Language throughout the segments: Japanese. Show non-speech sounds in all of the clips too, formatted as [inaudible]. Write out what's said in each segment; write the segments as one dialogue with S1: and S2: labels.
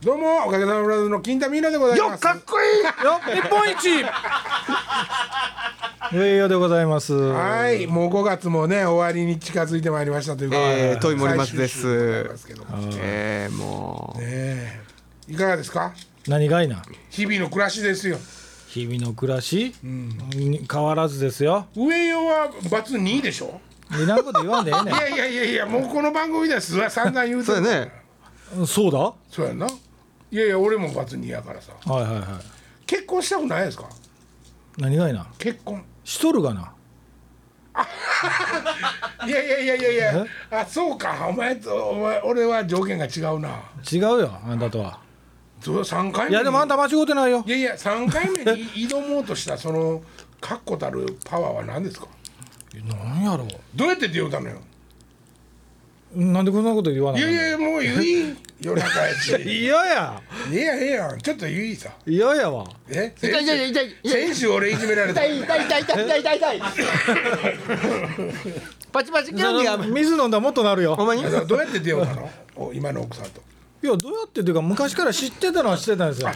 S1: どうもおかげさまブラザーズの金田美奈でござい
S2: よ
S1: ま
S2: っ
S1: す
S2: かっこいい
S3: よっ日本一
S2: 栄養でございます
S1: はいもう5月もね終わりに近づいてまいりましたということで、
S3: えー、トイモリマスで
S1: 最終週でござい
S3: す
S1: ますけど
S3: えー、もう、
S1: えーいかがですか
S2: 何がいな
S1: 日々の暮らしですよ
S2: 日々の暮らし、変わらずですよ
S1: 上与は罰2でしょ
S2: になこと言わんでええね
S1: いやいやいやいやもうこの番組ではすわ散々言うて
S3: そう
S1: る
S3: やね
S2: んそうだは
S1: そうやんないやいや俺も罰2やからさ
S2: いはいは
S1: 結婚したくないですか
S2: い何がいな
S1: 結婚
S2: しとるがない
S1: やいやいやいやいやあそうかお前とお前俺は条件が違うな
S2: 違うよあんたとは
S1: そう3回目に
S2: いやでもあんた間違うてないよ
S1: いやいや3回目に挑もうとしたその確固たるパワーは何ですか
S2: なんやろ
S1: どうやって出ようたのよ
S2: なんでこんなこと言わないい
S1: や
S2: の
S1: いやもう言い夜中やし
S2: [laughs]
S1: い
S2: 嫌や
S1: やいやちょっと言いさ
S2: 嫌やわ
S1: え
S4: 痛い痛い痛い痛い
S1: 先週俺いじめられた
S4: 痛い痛い痛い痛い痛い痛い痛いパチパチキャンディーが
S2: 水飲んだらもっとなるよ
S3: ほんまに
S1: だからどうやって出ようたのお今の奥さんと
S2: いやどうやってっていうか昔から知ってたのは知ってたんですよ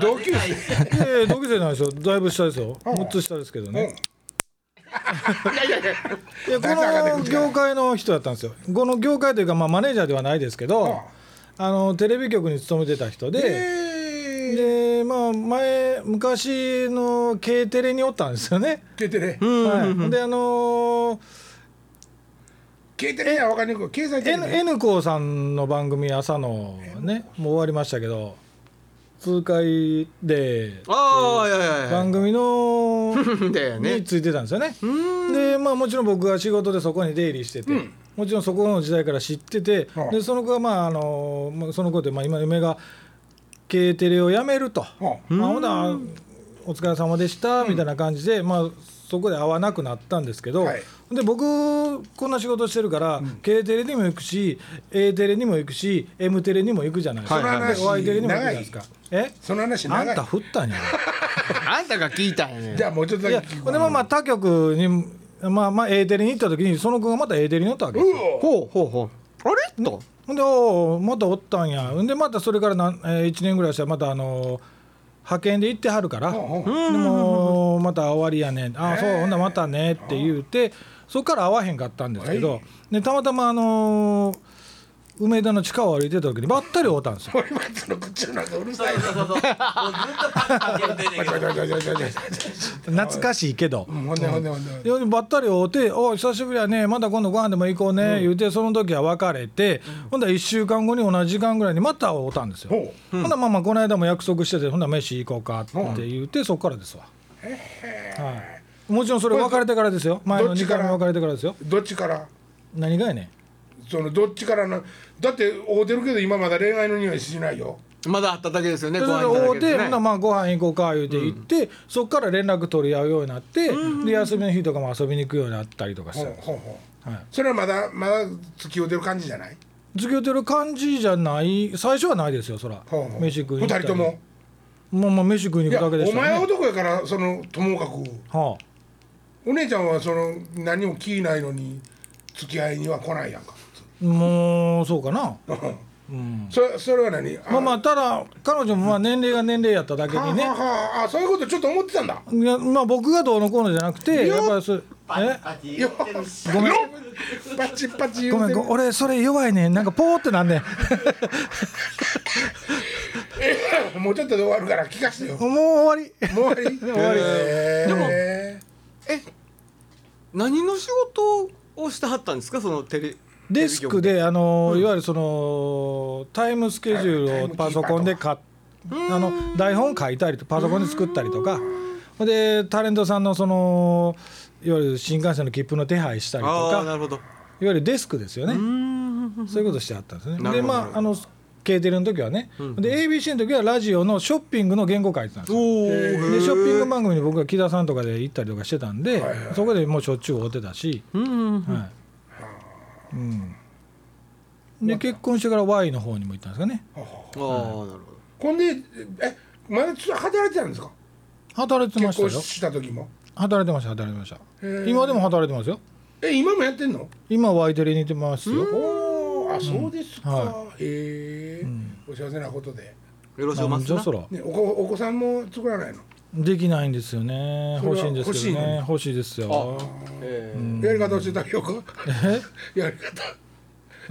S1: 同級生
S2: ええ同級生なんですよだいぶ下ですよ6つ下ですけどねいやこの業界の人だったんですよこの業界というか、まあ、マネージャーではないですけどあのテレビ局に勤めてた人で、
S1: えー
S2: でまあ前昔の K テレにおったんですよね、
S1: 聞いてね
S2: はい、であのー
S1: 聞いてね分かりにくい経済的
S2: N,
S1: に
S2: N 子さんの番組朝のねもう終わりましたけど通会で
S3: ああいやいやいや
S2: 番組の
S3: みたいや
S2: に
S3: ね
S2: ついてたんですよね。でまあもちろん僕が仕事でそこに出入りしてて、もちろんそこの時代から知ってて、
S1: はあ
S2: でその子がまああのまあその子ってまあ今嫁が経営テレを辞めると、
S1: は
S2: まあ、ほなお疲れ様でしたみたいな感じで、まあそこで会わなくなったんですけど、
S1: はい
S2: で僕こんな仕事してるから、経営テレにも行くし A テレにも行くし M テレにも行くじゃないですか、
S3: はいはいはい
S2: で Y テレにも行くじゃないですか。え
S1: その話
S2: あ
S1: 長
S2: ん
S1: い
S2: た振ったんやろ
S3: あんたが聞いたんやね
S1: じゃあもうちょっと
S2: いや
S1: だけ聞
S2: ほ
S1: く
S2: んでまあまあ他局にまあまあ A テレに行った時にその子がまた A テレにおったわけですよ
S3: ほうほうほうあれと
S2: ほんでおおまたおったんやほんでまたそれからなん、えー、1年ぐらいしたらまたあのー派遣で行ってはるから、
S1: うんうん
S2: でもまた終わりやねんああそうほんならまたねって言うてそっから会わへんかったんですけど、でたまたまあのー梅田の地下を歩いてた時にばったり会うたんですよ。
S1: 俺松の口の中うるさいな [laughs]
S2: 懐かしいけど、
S1: ほんでほんでほんでほんで
S2: でばったり会うて「おい久しぶりやねまた今度ご飯でも行こうね」言うてその時は別れて、ほんだら1週間後に同じ時間ぐらいにまた会うたんですよ、
S1: ほ
S2: ほんだらまあまあこの間も約束しててほんだら飯行こうかって言って、そっからですわ、はい、もちろんそれ別れてからですよ前の2回目別れてからですよ
S1: どっちから
S2: 何がやねん
S1: そのどっちからなだって会うてるけど今まだ恋愛の匂いしないよ
S3: まだあっただけですよね
S2: で
S3: ご
S2: そ
S3: 飯
S2: れで
S3: いただけです
S2: 会うて、ほんなら
S3: ね
S2: まあご飯行こうか言うて行って、そっから連絡取り合うようになって、で休みの日とかも遊びに行くようになったりとかし
S1: ほ
S2: て
S1: うほうほう
S2: はい
S1: それはまだまだ付き合うてる感じじゃない
S2: 付き合ってる感じじゃない最初はないですよそら
S1: ほうほう
S2: 飯食いに
S1: 二
S2: 行った
S1: 人
S2: り
S1: とも
S2: まあまあ飯食いに
S1: い
S2: 行
S1: や
S2: くだ
S1: お
S2: けでした
S1: 前は
S2: ね
S1: 男やからそのともかく
S2: は
S1: お姉ちゃんはその何も気ないのに付き合いには来ないやんか
S2: あもうそうかな
S1: それそれは何
S2: まあまあただ彼女もまあ年齢が年齢やっただけ
S1: は
S2: に
S1: あ
S2: ね
S1: はあはああそういうことちょっと思ってたんだ
S2: いやまあ僕がどうのこうのじゃなくてやっぱりそれえ
S1: よごめん [laughs] パチパチ言
S2: ご
S1: う
S2: め
S1: て
S2: ん
S1: る
S2: ご俺それ弱いねんなんかポーってなんねん
S1: [laughs] もうちょっとで終わるから聞かせてよも
S2: もう [laughs] 終わり
S1: う終わり終わりで
S3: 何の仕事をしてはったんですかそのテレ
S2: デスク
S3: テレビ局
S2: であのいわゆるそのタイムスケジュールをパソコンでかあの台本書いたりとパソコンで作ったりとかほんでタレントさんのそのいわゆる新幹線の切符の手配したりと
S3: あ
S2: か
S3: あなるほど
S2: いわゆるデスクですよねそういうことしてあったんですね
S3: な
S2: で
S3: るほど
S2: まああのケーテルの時はね、で ABC の時はラジオのショッピングの言語書いてたんですよ
S3: おお
S2: でショッピング番組に僕は木田さんとかで行ったりとかしてたんで、そこでもうしょっちゅう会うてたし、はいうん、で結婚してから Y の方にも行ったんですかね
S3: ああなるほど
S1: こんでえまだちょっと働いてたんですか
S2: 働いてま
S1: 結
S2: した
S1: 婚
S2: よ
S1: した時も
S2: 働いてました働いてました
S1: へえ
S2: 今でも働いてますよ
S1: え今もやってんの
S2: 今 Y テレにいてますよ
S1: おーあそうですか、
S2: は
S1: へえ、お幸せなことで、
S3: よろしお
S2: な
S3: ま
S2: ん
S3: す
S2: じゃ
S3: な
S2: そら
S1: ね、お子お子さんも作らないの、
S2: できないんですよね
S1: それ
S2: 欲
S1: は
S2: しいんです
S1: 欲しい
S2: けどね
S1: の
S2: 欲しいですよ
S3: ええ
S1: やり方教えてあげようか [laughs] やり方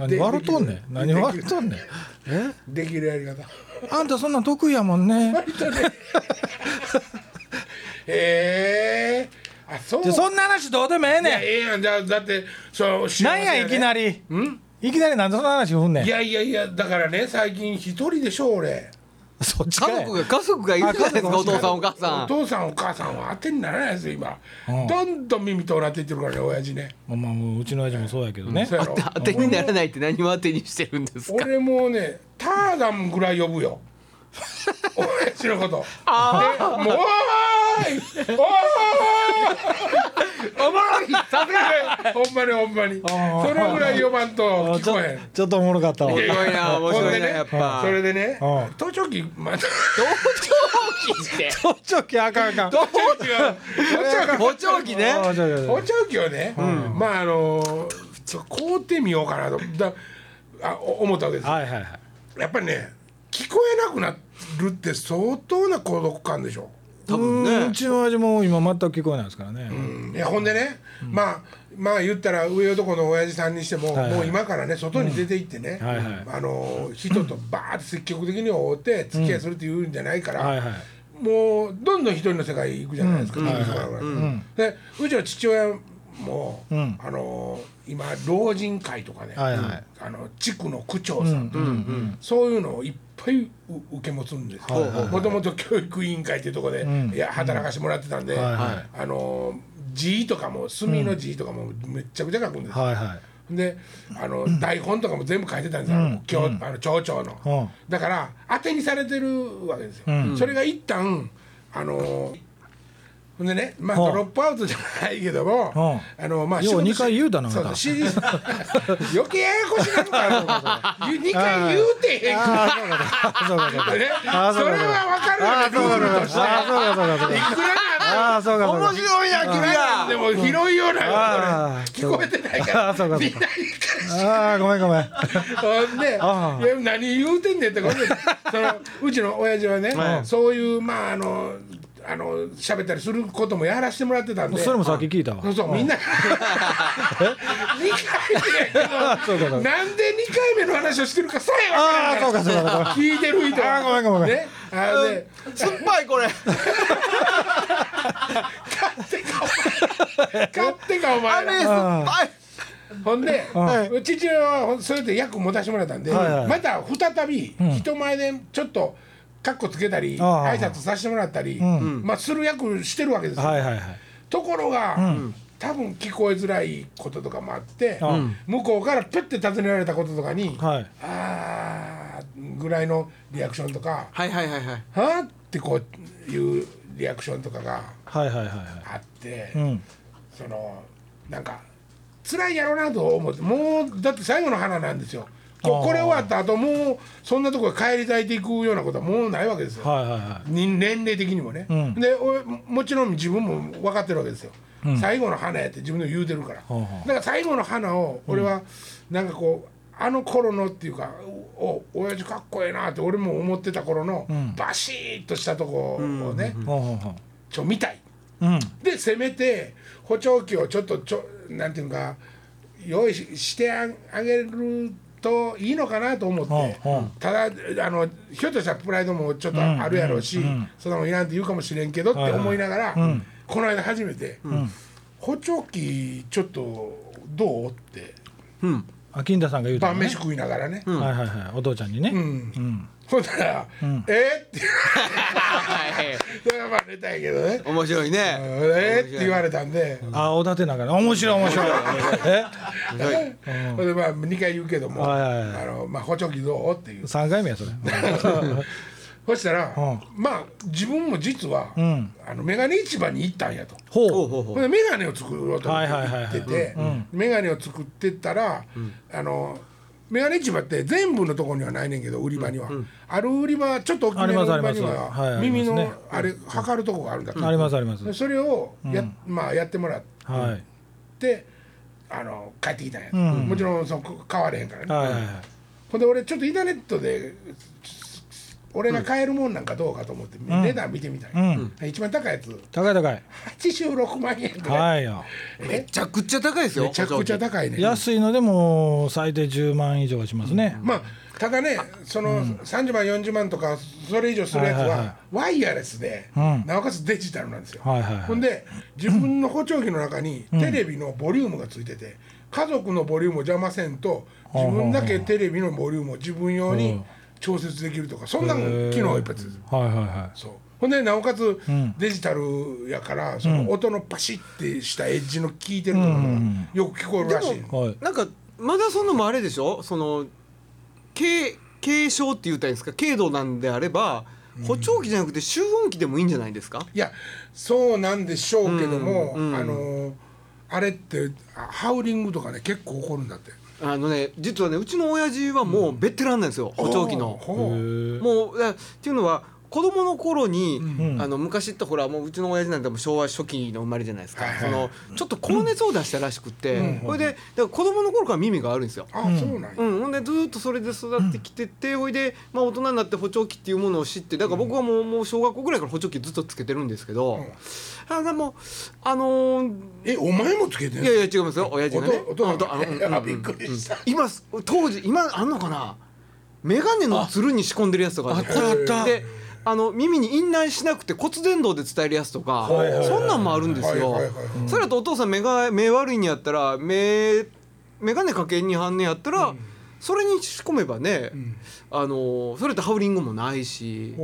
S2: 何
S1: で
S2: 笑っとんねん何
S1: で
S2: 笑っとんねんえ
S1: できるやり方
S2: あんたそんなん得意やもんね
S1: へえあそう
S2: でそんな話どうでもえ
S1: い
S2: え
S1: や
S2: ね
S1: ええやんじゃあだってそう
S2: なんなんやいきな
S1: り
S2: り
S1: ん
S2: いきなりなんでそんな話振んね
S1: い
S2: ん
S1: やいやいやだからね最近一人でしょ俺
S2: そっちか
S3: 家
S2: い
S3: 族が家族がいるじゃないですか
S2: あ
S3: お父さんお母さ
S1: お
S3: ん
S1: 父さんお母さんは当てにならないですよ今、
S2: うん
S1: どんどん耳とらっていってるからね親父ね
S2: まあうちの親父もそうやけどね
S1: そうやろ
S3: [laughs] 当てにならないって何を当てにしてるんですか
S1: 俺もねターザンぐらい呼ぶよ親父のこと
S3: あ
S1: もうおーいおーいおもろいさすがにほんまにほんまに
S2: あ
S1: そ
S2: ー
S1: のぐらい呼ばんと
S2: あち
S1: 聞
S2: ょ
S1: こえん
S2: ちょっとおもろかったわ
S3: あ面白いな面白いなやっぱ
S1: それでね
S2: うん
S1: 盗聴器また [laughs]
S3: 盗聴器って
S2: 盗聴器あかんあかん
S1: 盗聴器は
S3: 盗聴器ね
S2: あちょちょちょ
S1: 盗聴器をねまああのそう買うてみようかなとだあお思ったわけです
S2: はいはいはい
S1: やっぱりね聞こえなくなるって相当な孤独感でしょ
S3: 多分
S2: う
S3: ね
S2: んうちの親父も今全く聞こえないですからね、
S1: うんいやほんでね、まあまあ言ったら上男の親父さんにしても、
S2: はいはい
S1: もう今からね外に出て行ってね、
S2: はいはい
S1: あの人とバーッと積極的に会うて付き合いするっていうんじゃないから、
S2: はいはい
S1: もうどんどん一人の世界行くじゃないですか、うでうちの父親も、
S2: ん
S1: あの今老人会とかね、
S2: はいはい
S1: あの地区の区長さんとか、そういうのをいっぱいう受け持つんです
S2: はいはいはい
S1: もともと教育委員会っていうところで、
S2: ん
S1: いや働かしてもらってたんで、
S2: はいは
S1: あの字とかも墨の字とかもめっちゃくちゃ書くんです、
S2: はいはい
S1: であの、台本とかも全部書いてたんですよ、今日あの町長の、
S2: うん
S1: だから当てにされてるわけですよ、それが一旦あのほんでねまあ
S2: うん
S1: ドロップアウトじゃないけども、
S2: う
S1: あのまあ
S2: よ
S1: 仕事
S2: う
S1: し
S2: 二回言うたな
S1: そう
S2: また
S1: し [laughs] 余計ややこしなるから2回言うてへんから
S2: ああそうかそうか
S1: ね
S2: あ
S1: そ
S2: そう
S1: れ
S2: かそうか
S1: は分かる
S2: ああそ
S1: よね
S2: う
S1: ルール
S2: か
S1: と
S2: そう
S1: していく
S2: かあそ
S1: らなんでも
S2: うかそうかああそうかそうか
S3: 面白いな君
S1: で
S3: が
S1: も広いような
S2: あー
S1: 聞こえてないから
S2: あーそうかそうか
S1: みんな
S2: ああごめんごめん
S1: [laughs] ほんで「い
S2: あー
S1: や何言うてんねん」ってことでそのうちの親父はね、そういうまああのあの喋ったりすることもやらせてもらってたんで
S2: それもさっき聞いたわ
S1: そうそうみんな2回目やけどなんで2回目の話をしてるかさえ
S2: ああ
S1: わ
S2: そ
S1: からな
S2: うか
S1: い
S2: そうかそうか
S1: 聞いてる人は
S2: あーごめんごめん
S1: ねあーで
S3: 酸っぱいこれ
S1: 勝手かお前ら
S3: 雨酸っぱい
S1: ほんで、
S2: は
S1: 父親はそれで役持たせてもらったんで、
S2: はいはい
S1: また再び人前でちょっとカッコつけたり、
S2: ああ
S1: 挨拶させてもらったり、
S2: ん
S1: まあ、する役してるわけですよ、
S2: はいはいはい
S1: ところが、多分聞こえづらいこととかもあって、
S2: うん
S1: 向こうからプッて尋ねられたこととかに「
S2: はい
S1: ああ」ぐらいのリアクションとか
S3: はいはいはいはい
S1: 「はあ?」ってこういうリアクションとかが
S2: はいはいはいはい
S1: あって。
S2: うん
S1: そのなんか辛いやろうなと思ってもうだって最後の花なんですよこ
S2: あー
S1: これ終わった後もうそんなところ帰りたいていくようなことはもうないわけですよ、
S2: はいはいは
S1: 人年齢的にもね、
S2: ん
S1: で俺ももちろん自分も分かってるわけですよ、最後の花やって自分で言うてるから、
S2: ほうほ
S1: だ
S2: う
S1: から最後の花を俺はなんかこうあの頃のっていうかおお親父かっこええなって俺も思ってた頃のバシッとしたとこをね、
S2: いほうほうほ
S1: ちょ見たい。
S2: ううん
S1: でせめて補聴器をちょっとちょなんていうか用意ししてああげるといいのかなと思って、
S2: うんうん
S1: ただあのひょっとしたらプライドもちょっとあるやろうし、そんなもんいらんって言うかもしれんけどって
S2: はいはい
S1: 思いながら、この間初めて、補聴器ちょっとどうって
S3: うん
S2: あ金田さんが言うた
S1: 晩
S2: のね
S1: 飯食いながらね、
S2: はいはいはいお父ちゃんにね
S1: うん
S2: うん
S1: ほんなら「えっ?」ってそ [laughs] れはまあ出たいけどね「
S3: 面白い
S1: えっ?」
S3: ね
S1: って言われたんで。
S2: あおだてながら面白い面白いえ
S1: それでまあ2回言うけども「
S2: はいはいは
S1: あのまあ、補聴器どう?」って
S2: [laughs]
S1: いう
S2: 三回目やそれ
S1: そしたら、
S2: うん
S1: まあ自分も実は、
S2: ん
S1: あのメガネ市場に行ったんやと。
S3: ほ
S2: ほ
S3: う
S2: う
S3: ほうほ
S1: ほ
S3: うん
S1: でメガネを作ろうと思って
S2: はいはいはいはい
S1: 行っててメガネを作ってったら、あのメガネ市場って全部のところにはないねんけど売り場には、ある売り場ちょっと大きめの売
S2: あ
S1: り場
S2: ります
S1: には、
S2: ありますはい
S1: 耳
S2: ありま
S1: の
S2: すね
S1: あれ測るとこがあるんだけど
S2: ありますあります
S1: でそれをや,、まあ、やってもらっ
S2: はい
S1: てあの帰ってきたんや、
S2: ん
S1: もちろんその買われへんからね。
S2: はいはいはい
S1: ほんで俺ちょっとインターネットで俺が買えるもんなんかどうかと思って、値段見てみたい、
S2: うん
S1: 一番高いやつ
S2: 高い高い
S1: 86万円とか、
S2: はいよ
S1: め
S3: ちゃくちゃ高いですよ
S1: ちゃくちゃ高いね
S2: 安いのでも最低10万以上はしますね、
S1: まあただねその30万40万とかそれ以上するやつ
S2: はいはいは
S1: はワイヤレスで、
S2: うん
S1: なおかつデジタルなんですよ、
S2: はいはいはい
S1: ほんで自分の補聴器の中にテレビのボリュームがついてて、家族のボリュームを邪魔せんと自分だけテレビのボリュームを自分用に調節できるとかそんなの機能がいっぱいついてる
S2: はいはいは
S1: そうほんでなおかつ
S2: ん
S1: デジタルやからその音のパシッてしたエッジの効いてるのがよく聞こえるらしい、
S3: で
S2: いはい
S3: なんかまだそのもあれでしょその軽軽症って言ったらいいんですか軽度なんであれば補聴器じゃなくて集音器でもいいんじゃないですか、
S1: いやそうなんでしょうけども、
S3: うんうん
S1: あのあれってあハウリングとかね結構起こるんだって
S3: あのね実はねうちの親父はもうベテランなんですよ、補聴器の。
S1: ほう
S2: へ
S1: ほう
S2: ー
S3: もうだっていうのは子供の頃に、
S2: ん
S3: あの昔ってほらもううちの親父なんてもう昭和初期の生まれじゃないですか、
S1: はいはい
S3: そのちょっと高熱を出したらしくって、それでだから子供の頃から耳があるんですよ。
S1: あ、そうなんや、
S3: うん、ほんでずーっとそれで育ってきてて、ほいで、まあ、大人になって補聴器っていうものを知ってだから僕はもう,、もう小学校ぐらいから補聴器ずっとつけてるんですけど、あでもあのー
S1: えお前もつけてん
S3: いやいや違いますよ親父がね
S1: お父お父さん
S3: あの
S1: いやびっくりした
S3: 今当時今あんのかな眼鏡のつるに仕込んでるやつとか
S2: あったあった
S3: であの耳にイ内しなくて骨伝導で伝えるやつとか、
S2: はいはい
S3: そんなんもあるんですよ、
S1: はいはいはいはい
S3: それだとお父さん目が目悪いんやったら目眼鏡かけにはんねやったら、それに仕込めばね、あのそれってハウリングもないし
S1: お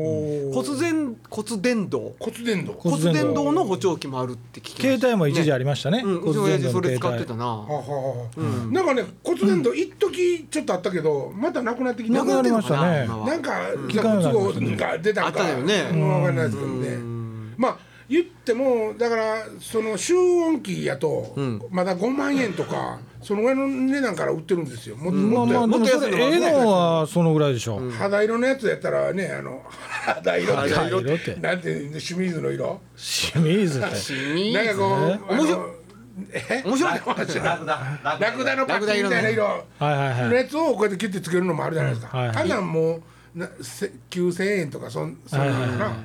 S1: ー
S3: 骨伝骨伝導
S1: 骨伝導
S3: 骨
S2: 骨伝導
S3: 伝導の補聴器もあるって聞きました
S2: 携帯も一時ありましたね
S3: うん、うちの親父それ使ってたな。
S1: はははなんかね骨伝導一時ちょっとあったけどまたなくなってき
S2: な
S1: た
S2: くなりましたね
S3: 今は
S1: なんか
S2: 聞かなくなりましたね
S1: 都合が出た
S3: あ
S1: ん
S3: っ
S1: か
S3: たよね
S1: うんわかんないですけど
S3: う
S1: ねまあ言ってもだからその集音機やと
S3: ん
S1: まだ5万円とかそのぐらいの値段から売ってるんですよもっと
S2: まあ
S1: もっと
S2: まあでもそ
S3: もっと安いの
S2: れ
S3: があ
S2: え
S3: る
S2: え
S3: ね
S2: のはそのぐらいでしょう、
S1: 肌色のやつやったらねあの肌色って
S2: 肌色って
S1: なんていうの清水の色
S2: 清水って
S1: なんかこうあの
S3: 面白い
S1: え
S3: 面白い
S1: ラクダラクダのパッチンみたいな色
S2: はいはいはい
S1: のやつをこうやって切ってつけるのもあるじゃないですか、
S2: はいはい
S1: あんなんもうなせ9,000円とかそんそんなのかな、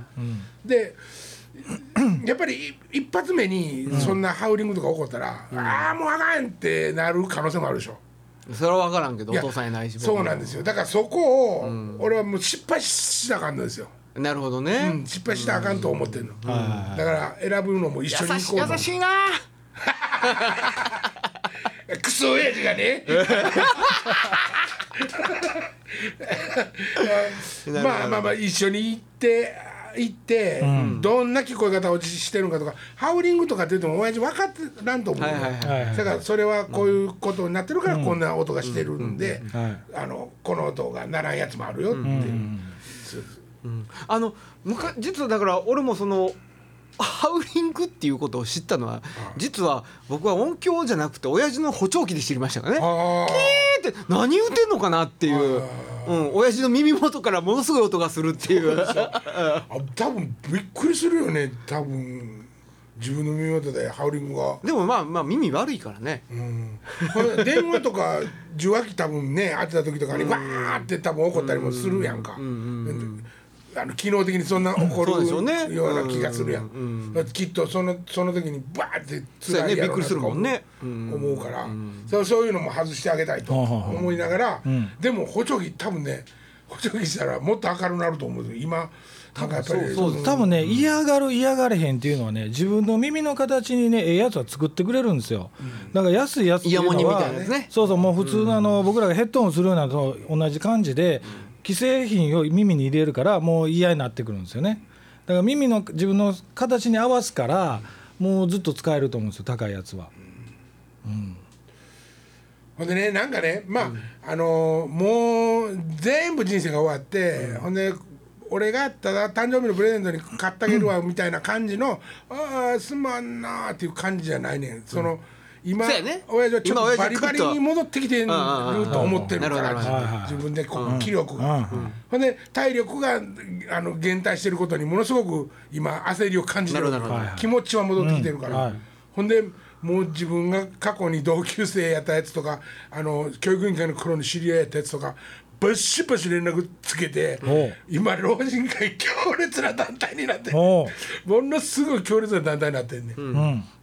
S1: で [clears throat] やっぱりい一発目にそんなハウリングとか起こったら、ああもうあかんってなる可能性もあるでしょ
S3: それは分からんけどお
S1: いや
S3: 父さんやないし
S1: そうなんですよだからそこを、俺はもう失敗しなあかんのですよ、
S3: すなるほど
S1: う
S3: ね
S1: ん、失敗したらあかんと思ってんの、
S2: は
S1: だから選ぶのも一緒に
S3: 優
S1: 行
S3: し
S1: こうと
S3: 優しいな
S1: クソ親父がねまあまあまあ一緒に行って行って、どんな聞こえ方をしてるのかとかハウリングとかって言っても親父分かってらんと思うの、
S3: はいはいはい
S2: はいはい
S1: だからそれはこういうことになってるからこんな音がしてるんで、
S2: はい
S1: あのこの音がならんやつもあるよっていう、そう
S3: あのむか実はだから俺もそのハウリングっていうことを知ったのは実は僕は音響じゃなくて親父の補聴器で知りましたからね
S1: あー
S3: えーって何言ってんのかなっていう、うん、親父の耳元からものすごい音がするっていう
S1: あ多分びっくりするよね多分自分の耳元でハウリングが。
S3: でもまあまあ耳悪いからね
S1: うんほら電話とか受話器多分ね当てた時とかにわーって多分怒ったりもするやんか、あの機能的にそんな怒
S3: そうでしょう
S1: る
S3: ね
S1: ような気がするやん、
S3: うん
S1: きっとそのその時にバーって
S3: そう
S1: 辛
S3: やね
S1: いや
S3: びっ
S1: ろう
S3: くり
S1: な
S3: す
S1: と
S3: る
S1: か
S3: もんね、うん
S1: 思うから、そうそういうのも外してあげたいと
S2: はあはあ
S1: 思いながら、
S2: ん
S1: でも補聴器多分ね補聴器したらもっと明るくなると思う今なんかやっぱり
S3: そうそう
S2: 多分ね嫌がる嫌がれへんっていうのはね自分の耳の形にねええやつは作ってくれるんですよだから安いやつっていうのは
S3: イヤモニみたいなやつね
S2: そうそうもう普通のあの僕らがヘッドホンするようなのと同じ感じで既製品を耳に入れるからもう嫌になってくるんですよねだから耳の自分の形に合わすからもうずっと使えると思うんですよ高いやつは
S1: ほんでねなんかねまあ、あのーもう全部人生が終わって、ほんで俺がただ誕生日のプレゼントに買ってあげるわみたいな感じの、ああすまんなーっていう感じじゃないねんその、今
S3: そうやね
S1: 親父はちょっ
S3: 今
S1: と
S3: 親
S1: バ
S3: 父
S1: リ
S3: はグ
S1: バ
S3: ッ
S1: リ
S3: と
S1: に戻ってきてると思ってるか
S3: な
S1: ら
S3: るほどなるほ
S1: 自
S3: ど
S1: 分自分でこう気力
S2: うん
S1: が、ほんで体力があの減退してることにものすごく今焦りを感じてる
S3: なるほどなるほ
S1: 気持ちは戻ってきてるから、
S2: うんはい
S1: ほんでもう自分が過去に同級生やったやつとかあの教育委員会の頃に知り合いやったやつとかバシバシ連絡つけて
S2: おう
S1: 今老人会強烈な団体になって
S2: おう
S1: ものすごい強烈な団体になってんね、
S2: うん、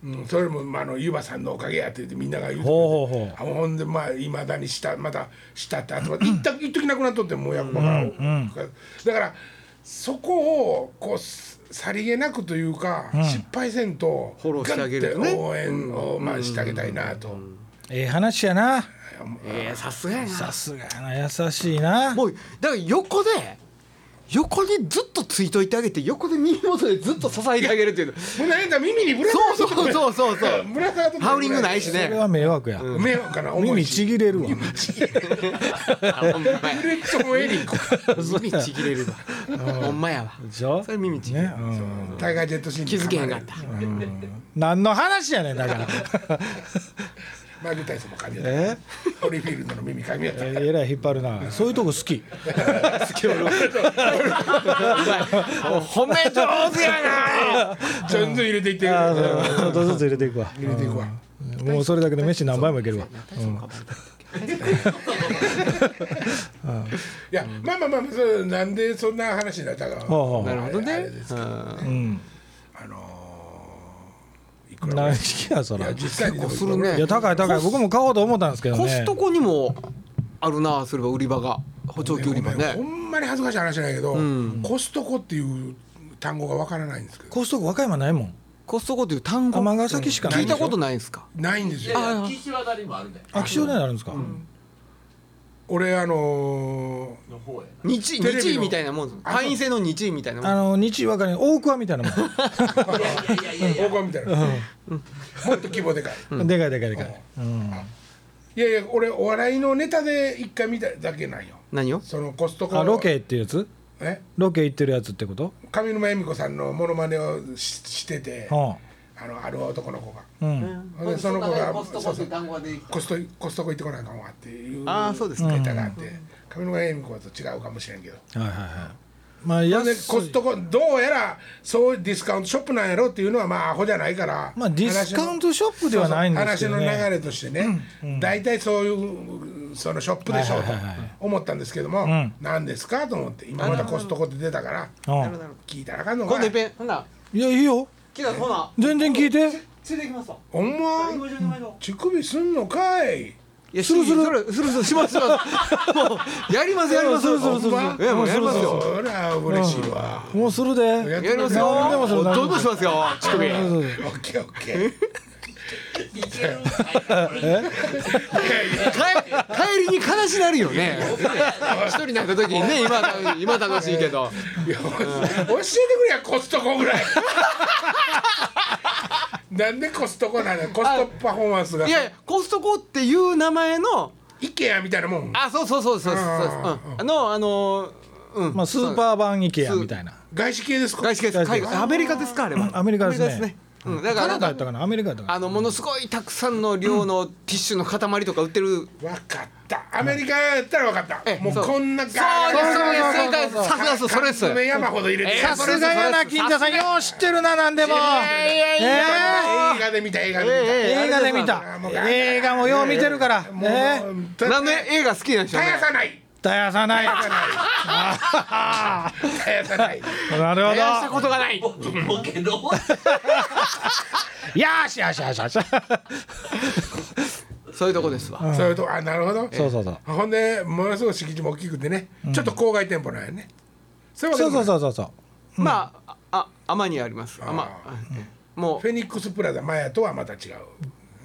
S2: うん、
S1: うん、それも、まあ、あのゆばさんのおかげやって言ってみんなが言うてくれて
S2: ほうほうほう
S1: あほんでまあいまだにしたまたしたってあとは一旦一時なくなっとってもう役場から、だからそこをこうすさりげなくというか、失敗せんと
S3: フォローしてあげるよ
S1: ガッ
S3: ね
S1: て応援を、まあ、してあげたいなと、
S2: ええ話やな
S3: えー、さすがやな
S2: さすがやな優しいな
S3: もうだから横で横にずっとついといてあげて横で耳元でずっと支えてあげるっていう
S1: 胸変だ耳にぶら
S3: そう
S1: 下がっと
S3: そうそうそうそう
S1: ぶら下がっとって
S3: ハウリングないし
S2: それ
S3: ね
S2: は迷惑や、
S1: 迷惑かな重
S2: 耳
S1: いし
S2: ちぎれるわ
S3: あほんまや
S1: フレッチョもエリコ
S3: 耳ちぎれるわほんまやわ
S2: でしょ
S3: それ耳ちぎれる
S2: ね、うん
S1: タイガー・ジェットシーンに
S3: 気づけへんかっ
S1: 噛
S3: た
S1: まれる
S2: 何の話やねんだから
S1: マイク・タイソンも噛み合った
S2: え
S1: ホリーフィールドの耳噛み合った
S2: [laughs] えらい引っ張るなそういうとこ好 [laughs] き
S3: 褒め上手やな
S1: ちょんずん入れていって
S2: あ
S1: 入
S2: ーそうちょっとずつ入れていくわ
S1: れていくわ
S2: もうそれだけで飯何杯もいけるわ
S1: いや、まあまあまあそれなんでそんな話になったか
S2: ほうほう
S3: なるほどねうん
S2: うん
S1: あのー、いくら
S2: [laughs] 何
S1: い
S2: 匹やそら
S1: や
S2: い
S1: 実際にでも
S3: 結構するね
S2: や高い高い僕も買おうと思ったんですけどね
S3: コストコにもあるなそれは売り場が補聴
S1: い
S3: 器
S1: く
S3: 売
S1: ら
S3: り
S1: ぐら
S3: 場
S1: いねほ
S3: ね
S1: んまに恥ずかしい話なんやけど、
S3: ん
S1: コストコっていう単語がわからないんですけど
S2: コストコ和歌山ないもん
S3: コストコっていう単語
S2: 尼崎しかない
S3: 聞いたことないんですか
S1: ないんですよ
S3: あー
S5: 岸和田にもあるんだよ
S2: 秋潮であるんですか、
S1: 俺あの
S5: の方や
S3: 日位
S1: テレビの
S3: 日位みたいなもんです
S1: あそう
S3: 会員制の日位みたいなも
S2: あ
S3: ん
S2: の日和歌山大桑みたいな
S5: ないやいやいやい
S1: ー、
S5: や
S1: 大川みたいな、もっと規模でかい
S2: もんでかいでかいでかい、うん、
S1: いやいや俺お笑いのネタで一回見ただけなんよ
S3: 何よ
S1: そのコストコ
S2: あロケっていうやつ
S1: え
S2: ロケ行ってるやつってこと
S1: 上沼恵美子さんのモノマネをししてて
S2: は
S1: あのある男の子が
S2: あ、うん
S1: ほんでその子が
S5: コストコっていう単語が出てきた
S1: コストコストコ行ってこないかんわっていう
S3: あーそうですか
S1: ネタがあって上沼恵美子と違うかもしれんけど
S2: はいはいはいまあ
S1: ほんで
S2: 安い
S1: コストコどうやらそういうディスカウントショップなんやろっていうのはまあアホじゃないから
S2: まあディスカウントショップではないんですけどね
S1: 話の流れとしてね大体そういうそのショップでしょうと
S2: はいはいはいはい
S1: 思ったんですけども
S2: ん
S1: 何ですかと思って今またコストコって出たから
S2: うん
S1: 聞いたらあかんの
S3: 今
S1: か
S3: 度
S1: い
S3: いっぺんほんなら
S2: いやいいよ
S3: 来たほな
S2: 全然聞いて
S3: 連れてきますわ
S1: お前乳首すんのかい
S3: いやするするするするするしますします [laughs] もうやりますやります
S2: するするする
S3: ほんまいやもうやりますよ
S1: そりゃ嬉しいわ
S2: もうするで
S1: やっ
S3: や
S1: て
S3: り
S1: くれ
S3: ます
S1: た
S3: よ
S1: オ
S2: 何でもする
S3: どんどんしますよ乳首
S2: そうそう
S1: ッケーオッケー
S5: いけるんかいこれ
S3: 帰りに悲しなるよね一人になった時にね今今楽しいけど
S1: いや教えてくれやコストコぐらいなんでコストコなのコストパフォーマンスが
S3: いやいやコストコっていう名前の
S1: イケアみたいなもん
S3: あそうそうそうそうそうそうですうんあのあのうん
S2: まあスーパー版 IKEA みたいな
S1: 外資系ですか
S3: 外資系です
S2: 外資
S3: 海外アメリカですかあれは
S2: アメリカですね
S3: うんだ
S2: カ
S3: か
S2: ナ
S3: ら
S2: ダ
S3: な
S2: やっ
S3: ん
S2: た
S3: か
S2: かなアメリカやったか
S3: あ
S2: な
S3: のものすごいたくさんの量のティッシュの塊とか売ってる
S1: 分かったアメリカやったら分かった、
S3: ええ
S1: もう
S3: そう
S1: こんなガー
S3: そうで
S1: ガー
S3: すそうです
S1: ガー
S3: そうですさすがですそれです
S1: 缶詰山ほど入れて
S3: ええ
S1: さ
S2: さ
S1: すが
S2: すがやな金田さんよう知ってるななんでも
S1: 映画で見た映画で見た、
S3: ええええ
S2: 映画で見た映画もよう見てるから
S1: もう、
S2: ね
S1: た
S3: なんで映画好きなんでしょう
S1: 絶
S3: ね
S1: やさない
S2: 絶 [laughs] やさない
S1: 絶やさない
S2: なるほ
S3: 絶やしたこ
S2: ど
S3: とがない
S5: ボケの
S2: よしよしよしよし
S3: そういうとこですわ
S1: そういうとこあなるほど
S2: [laughs] そうそうそう
S1: ほんでものすごい敷地も大きくてね、ちょっと郊外店舗なんやねそういうわけ
S2: そ
S1: で
S2: う
S1: もな
S2: そう
S1: い
S2: そうそうそう
S3: まあああ天にありますあま
S1: あ
S3: も
S1: フェニックスプラザマヤとはまた違う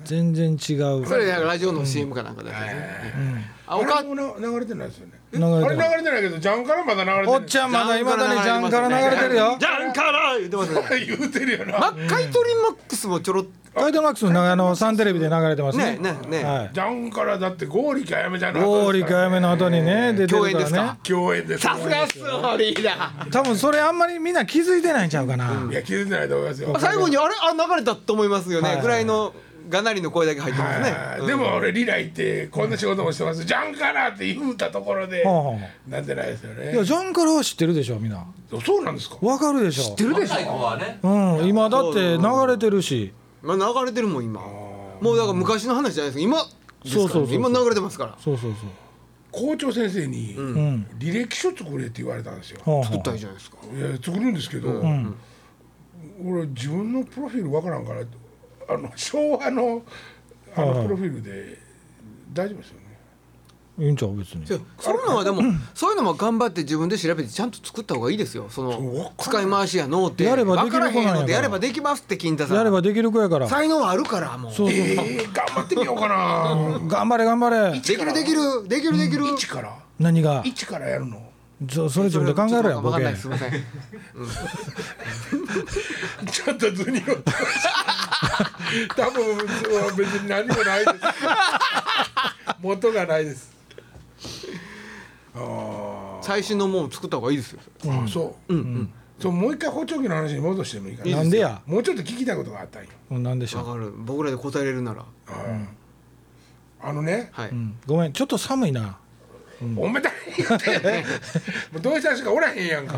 S2: 全然違う
S3: うそれだからラジオの CM かなんかだったねあ
S1: あ
S3: おか
S1: れもな流れてないですよね
S2: 流れ
S1: あ
S2: て
S1: れ
S2: る
S1: 流れてないけどジャンからまだ流れてない
S2: おっちゃんまだいまだにジャンから流れてるよ
S3: ジャンから言ってますね
S1: [laughs] 言うてるよな、
S3: まあ買い取りマックスもちょろっ
S2: ガイドマックスの長野サンテレビで流れてますね
S3: ねねね
S2: はい
S1: ジャンからだって剛力あやめじゃない
S2: 剛力あやめの後にね出て
S3: 共
S2: る
S3: 演
S2: か
S3: です
S2: らね
S3: か
S1: 共演です
S3: さすがっすよリーダー
S2: 多分それあんまりみんな気づいてないんちゃうかない
S1: や気づいてないと思いますよ
S3: 最後にあれあ流れたと思いますよ
S2: はい
S3: ね
S2: はい
S3: ぐらいのがなりの声だけ入ってますね
S1: はい
S3: うん
S1: でも俺リライってこんな仕事もしてます、ジャンからって言うたところで、
S2: ほうほう
S1: なんてないですよ
S2: いや
S1: ね
S2: ジャンからは知ってるでしょみんな
S1: そうなんですか
S2: わかるでしょ知ってる
S5: 若い子はね
S2: うん今だって流れてるし
S3: まあ流れてるもん今もうだから昔の話じゃないですか今ですからね
S2: そうそうそうそう
S3: 今流れてますから
S2: そうそうそう
S1: 校長先生に
S3: ん
S2: うん
S1: 履歴書作れって言われたんですよ。
S2: ほう
S3: 作
S2: ほ
S3: っ
S2: う
S3: たらいいじゃないですか
S1: いや作るんですけど、
S2: ん
S1: 俺自分のプロフィールわからんからあの昭和のあ
S2: はいは
S1: の
S2: い
S1: プロフィールで大丈夫ですよね。
S2: いいんちゃう別に
S3: そうそういうのはでもそういうのも頑張って自分で調べてちゃんと作った方がいいですよ
S1: そう
S3: そ
S1: わかんな
S3: の
S1: い
S3: 使い回しやのうて
S2: やればで
S3: 分
S2: きる子
S3: から
S2: なんやか
S3: へ
S2: ら
S3: んのでやればできますって金田さん
S2: やればできる子やからそう
S3: 才能はあるからもう
S2: そう
S1: えー、頑張ってみようかな。
S2: 頑張れ頑張れ
S3: できるできるできるできる
S1: 一から
S2: 何が
S1: 一からやるの。
S2: そそれ自分で考えろや
S3: わ
S2: ボ
S3: かんない
S2: ケ
S3: ですすみません
S1: ちょっと図に乗ってました多分別に何もないです。元がないです。あ
S3: 最新のもん作った方がいいですよ
S1: ー、あ、そう。そうもう一回包丁機の話に戻してもいいかな。
S2: なんでや
S1: もうちょっと聞きたいことがあったんよ。
S2: うんなんでしょ
S3: わ
S2: う
S3: かる僕らで答えれるなら
S1: あのね、
S3: はい、
S2: うんごめんちょっと寒いな
S1: おめでたいってもうどうしたしかおらへんやんか。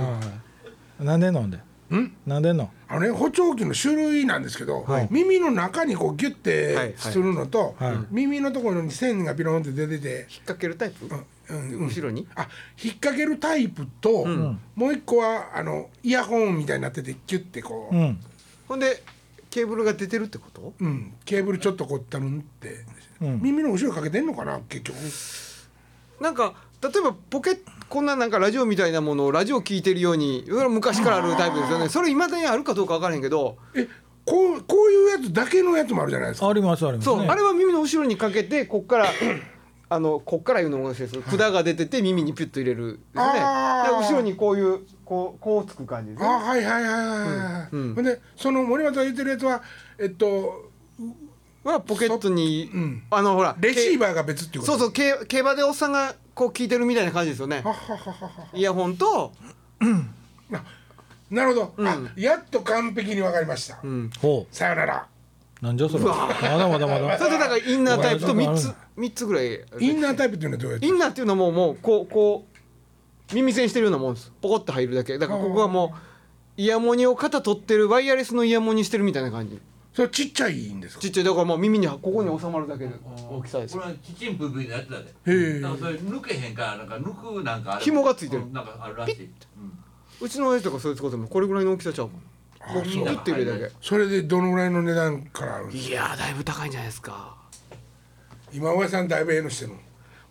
S2: なんで飲んで
S1: ん
S2: なんで飲んの
S1: あのね補聴器の種類なんですけど、
S2: はい
S1: 耳の中にこうギュッ
S3: はいはい
S1: てするのと、
S2: はい
S1: 耳のところに線がピロンって出てて、
S3: 引っ掛けるタイプ
S1: うんうん
S3: 後ろに
S1: あ引っ掛けるタイプと、
S3: ん
S1: もう一個はあのイヤホンみたいになっててギュッてこう、
S2: う
S1: うん
S2: ん
S3: ほんでケーブルが出てるってこと
S1: ケーブルちょっとこうたるんって、
S2: うん
S1: 耳の後ろかけてんのかな結局
S3: なんか例えばポケこんななんかラジオみたいなものをラジオ聞いてるようにそれは昔からあるタイプですよねそれいまだにあるかどうか分からへんけど
S1: えこうこういうやつだけのやつもあるじゃないですか
S2: ありますあります
S3: そう、
S2: ね
S3: あれは耳の後ろにかけてこっ [coughs] からあのこっから言うのもおかしいですけど管が出てて耳にピュッと入れるですねで
S1: あー
S3: 後ろにこういうこうこうつく感じです
S1: あ
S3: ね
S1: はいはいはいはいはい、
S3: うんうん
S1: ほんでその森本が言ってるやつはえっと
S3: はポケットに、
S1: うん
S3: あのほら
S1: レシー
S3: バ
S1: バーが別っていうこ
S3: そ
S1: と
S3: うそうけ競馬でおっさんがこう聞いてるみたいな感じですよね
S1: ははははは
S3: イヤホンと、
S1: なるほど、
S3: うん
S1: あやっと完璧に分かりました、
S3: うん、
S2: ほ
S1: さよなら
S2: うなんじゃそれ
S3: う
S2: ま
S3: わ
S2: だまだま
S3: [laughs]
S2: だ
S3: それとだからインナータイプと
S2: うわ
S3: 3つ三つぐらい
S1: インナータイプっていうのはどうやって
S3: インナーっていうのはもうもうこうこう耳栓してるようなもんですポコッと入るだけだからここはもうイヤモニを肩取ってるワイヤレスのイヤモニしてるみたいな感じ
S1: それちっちゃいんですか
S3: ちっちゃいだからもう耳にここに収まるだけで大きさです
S5: これはキッチンブーブーになってたで
S1: へえ
S5: なんかそれ抜けへんからなんか抜くなんかある
S3: 紐がついてる
S5: うんなんかあるらしい、うん、
S3: うちの親父とかそういうこともこれぐらいの大きさちゃうもんこうピ
S1: そう
S3: ッて入れるだ
S1: それでどのぐらいの値段からあるんで
S3: け
S1: す
S3: い
S1: か
S3: やーだいぶ高いんじゃないですか
S1: 今親さんだいぶええのしてるの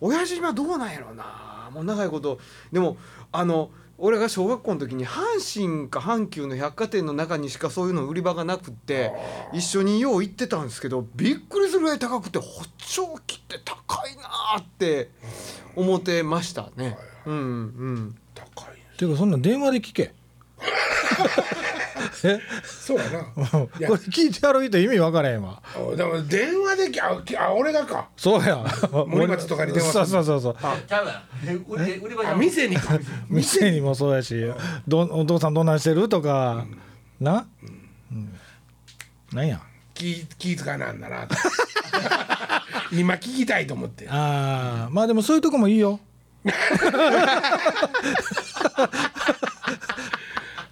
S3: 親父今どうなんやろうなもう長いことでもあの俺が小学校の時に阪神か阪急の百貨店の中にしかそういうの売り場がなくって一緒によう行ってたんですけどびっくりするぐらい高くて補聴器って高いなーって思ってましたねうんうん
S1: 高いね
S2: ていうかそんなん電話で
S3: [laughs]
S2: 聞けえ
S1: そうやな
S2: こ
S1: い
S2: れ
S1: や
S2: 聞いて歩いて意味わからへんわ
S1: [laughs] あでも電話できあきあ俺がか
S2: そうや
S1: 森松とかに電話す
S2: そ
S1: る
S2: うそうそうそう
S5: ちゃうやん売り売り場じ
S1: あ
S5: ゃ
S1: [laughs]
S5: ん
S1: 店にか
S2: 店にもそうやしどお父さんどんなんしてるとかな、うん、なんや
S1: 気気使わなんだなと [laughs] 今聞きたいと思って
S2: あーまあでもそういうとこもいいよ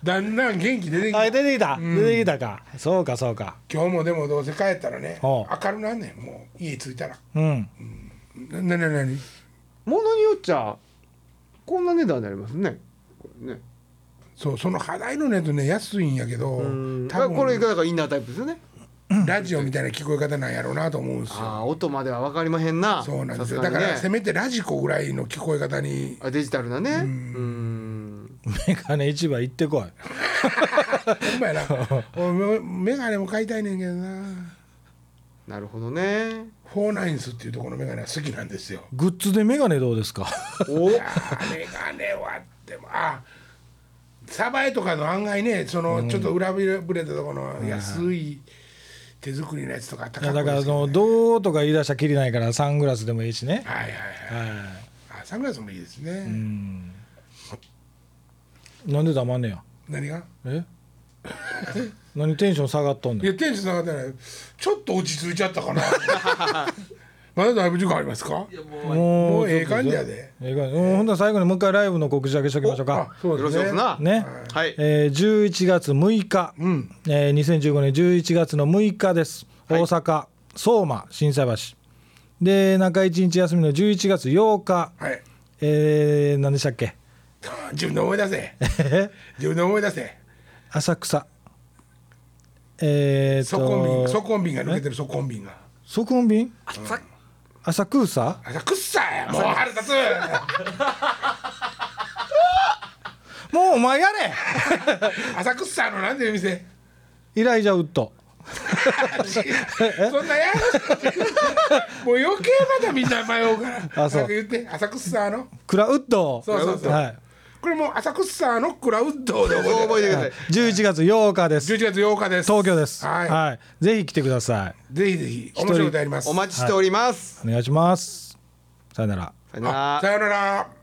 S1: だんだん元気出てき
S2: あ
S1: て
S2: 出てきた、出てきたかそうかそうか
S1: 今日もでもどうせ帰ったらね
S2: ほ
S1: 明
S2: う
S1: るなんねんもう家着いたら
S2: うん
S1: ななななに
S3: ものによっちゃこんな値段になりますねこれね
S1: そうその肌色のやつね安いんやけど
S3: うん
S1: 多
S3: これ
S1: 分
S3: がだからインナータイプですよね
S1: ラジオみたいな聞こえ方なんやろうなと思うんですよ
S3: ああ音までは分かりまへんな
S1: そうなんですよ
S3: さ
S1: だか
S3: がにね
S1: らせめてラジコぐらいの聞こえ方
S3: [laughs]
S1: に
S3: あデジタルなねうん
S2: メガネ市場行ってこい
S1: ほんまやな俺めメガネも買いたいねんけどな
S3: なるほどね
S1: フォーナインスっていうところのメガネは好きなんですよ
S2: グッズでメガネどうです [laughs] か
S3: お
S1: あーメガネはでもあサバエとかの案外ねそのちょっと裏ぶれたところの安い手作りのやつとか
S2: い
S1: 高
S2: や
S1: い
S2: だからあ
S1: ですけど
S2: の
S1: ね
S2: どうとか言い出したらきりないからサングラスでもいいしね
S1: はいはいはい
S2: は
S1: あサングラスもいいですね、
S2: いなんで黙んねや
S1: 何が
S2: え何テンション下がっとん
S1: い
S2: ねん
S1: やテンション上がってないちょっと落ち着いちゃった
S2: [laughs]
S1: かなまだだいぶ時間ありますか
S5: いやもう
S2: も
S1: もうええ感じやで
S2: ええ感じうんほんなら最後にもう一回ライブの告知だけしときましょうか
S1: あそ
S3: よろしいですな
S2: ね、
S3: はい
S2: えー、11月6日、
S1: ん
S2: えー、2015年11月の6日です、大阪相馬心斎橋で中1日休みの11月8日、
S1: はい
S2: えー、何でしたっけ [laughs]
S1: 自分で思い出せ自分で思い出せ
S2: 浅草 [laughs] えー、
S1: ソコンビン
S2: と
S1: ソコンビンが抜けてるソコンビンが
S2: ソコンビン
S3: 浅っ
S2: 浅草
S1: あくっさいもう腹立つ
S2: もうお前やれ [laughs]
S1: 浅草のなんていう店
S2: イライジャウッド
S1: そんなやもう余計まだみんな迷うから
S2: あそう
S1: なんか言って浅草の
S2: クラウッド
S1: そうそうそう
S2: はい
S1: これもう浅草のクラウッドで覚えて
S3: 覚えてくだ
S2: は
S3: さ
S2: い
S3: い、
S2: 11月8日です
S1: 11月8日です
S2: 東京です
S1: はい、
S2: はい、ぜひ来てくださ
S1: ぜひぜひ面白いことやります
S3: お待ちしております、
S2: いお願いしますさよなら
S3: さよ
S1: あ
S3: なら
S1: さよなら